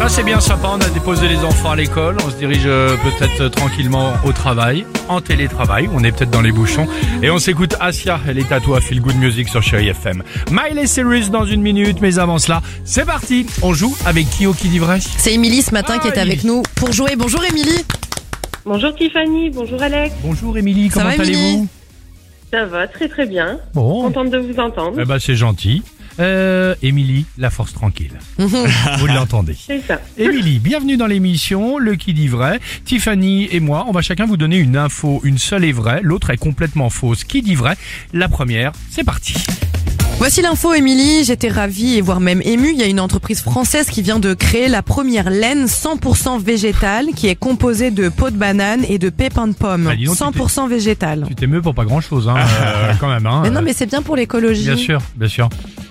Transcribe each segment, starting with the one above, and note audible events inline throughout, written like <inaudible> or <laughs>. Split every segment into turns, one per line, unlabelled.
Ah, c'est bien sympa, on a déposé les enfants à l'école, on se dirige euh, peut-être euh, tranquillement au travail, en télétravail, on est peut-être dans les bouchons, et on s'écoute Asia, elle est à toi, Feel Good Music sur Chéri FM. Miley Cyrus dans une minute, mais avant cela, c'est parti, on joue avec qui au qui dit vrai
C'est Émilie ce matin qui est
Ah,
avec
Émilie.
nous pour jouer. Bonjour Émilie.
Bonjour Tiffany, bonjour Alex.
Bonjour Émilie,
Ça
comment
va,
allez-vous
Émilie
Ça va très très bien.
Bon,
Contente de vous entendre.
eh ben, c'est gentil. Euh, Émilie, la force tranquille,
Mhm.
vous l'entendez.
C'est ça.
Émilie, bienvenue dans l'émission Le qui dit vrai. Tiffany et moi, on va chacun vous donner une info. Une seule est vraie, l'autre est complètement fausse. Qui dit vrai La première, c'est parti.
Voici l'info Émilie, j'étais ravie et voire même émue, il y a une entreprise française qui vient de créer la première laine 100% végétale qui est composée de peau de banane et de pépins de pomme.
Bah, dis donc, tu
100% végétale.
Tu t'émeus pour pas grand
<laughs>
chose, hein, euh, quand même. Hein,
Mais non mais c'est bien pour l'écologie.
Bien sûr, bien sûr.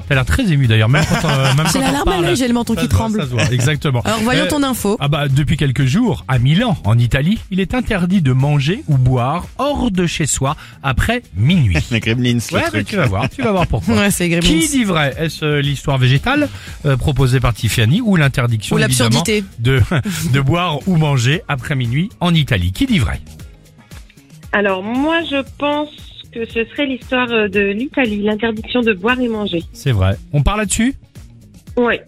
T'as l'air très ému d'ailleurs, même quand, euh, même
J'ai
quand
la
on
larme à
parle.
l'œil, j'ai le menton
Ça
qui
se voit,
tremble.
ça se voit, exactement.
Alors voyons
Euh,
ton info.
Ah bah depuis quelques jours, à Milan, en Italie, il est interdit de manger ou boire hors de chez soi après
<laughs>
minuit.
Les Gremlins,
Ouais,
le
mais
truc.
tu vas voir, tu vas voir
<laughs>
pourquoi.
Ouais, c'est Gremlins.
ah, Qui dit vrai Est-ce euh, l'histoire végétale euh, proposée par Tiffany ou l'interdiction
Ou
évidemment,
l'absurdité.
de, de <laughs> boire ou manger après minuit en Italie Qui dit vrai
Alors moi je pense que ce serait l'histoire euh, de l'Italie, l'interdiction de boire et manger.
C'est vrai. On parle là-dessus
Ouais.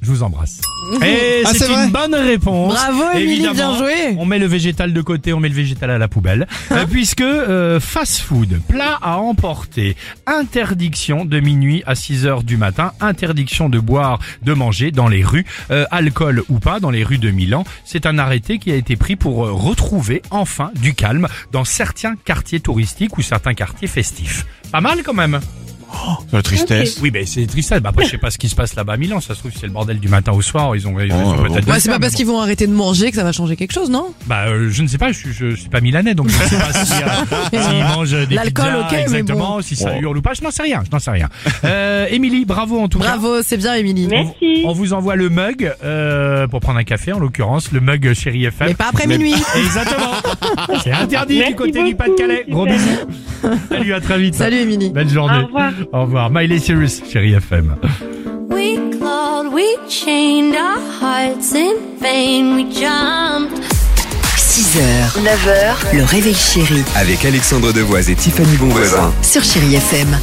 Je vous embrasse. Et
Ah,
c'est
c'est
une
vrai
bonne réponse.
Bravo Émilie,
Évidemment.
bien joué.
On met le végétal de côté, on met le végétal à la <laughs> poubelle. Euh, puisque euh, fast-food, plat à emporter, interdiction de minuit à 6 heures du matin, interdiction de boire, de manger dans les rues, euh, alcool ou pas, dans les rues de Milan. C'est un arrêté qui a été pris pour euh, retrouver enfin du calme dans certains quartiers touristiques ou certains quartiers festifs. Pas mal quand même.
La tristesse.
Oui, mais c'est triste. Bah, après, je sais pas ce qui se passe là-bas à Milan. Ça se trouve, c'est le bordel du matin au soir. Ils ont, ils ont
Oh,
peut-être.
bon.
dû le
Ouais, c'est
faire,
pas
mais
parce
bon.
qu'ils vont arrêter de manger que ça va changer quelque chose, non
Bah, euh, je ne sais pas, je, suis- je, je suis pas milanais, donc je ne sais pas si,
<laughs>
euh, s'ils mangent des
L'alcool,
pizzas,
ok, mais
exactement, si ça
Oh.
hurle ou pas, je n'en sais rien, je n'en
<laughs>
sais rien. Euh, Émilie, bravo en tout cas.
Bravo, c'est bien Émilie.
On-
Merci.
On, vous envoie le mug euh, pour prendre un café, en l'occurrence, le mug Chéri FM.
Mais pas après
Mais-
minuit.
<laughs> Exactement. C'est interdit
Merci
du côté du
beaucoup,
Pas-de-Calais. Gros
super.
bisous. Salut, à très vite.
Salut Émilie.
Belle
Au
journée.
revoir.
Au revoir. Miley Cyrus, Chéri FM.
We clawed, we chained our hearts in vain. We jumped.
6h, 9h, le réveil chéri
Avec Alexandre Devoise et Tiffany Bonvoisin.
sur Chérie FM.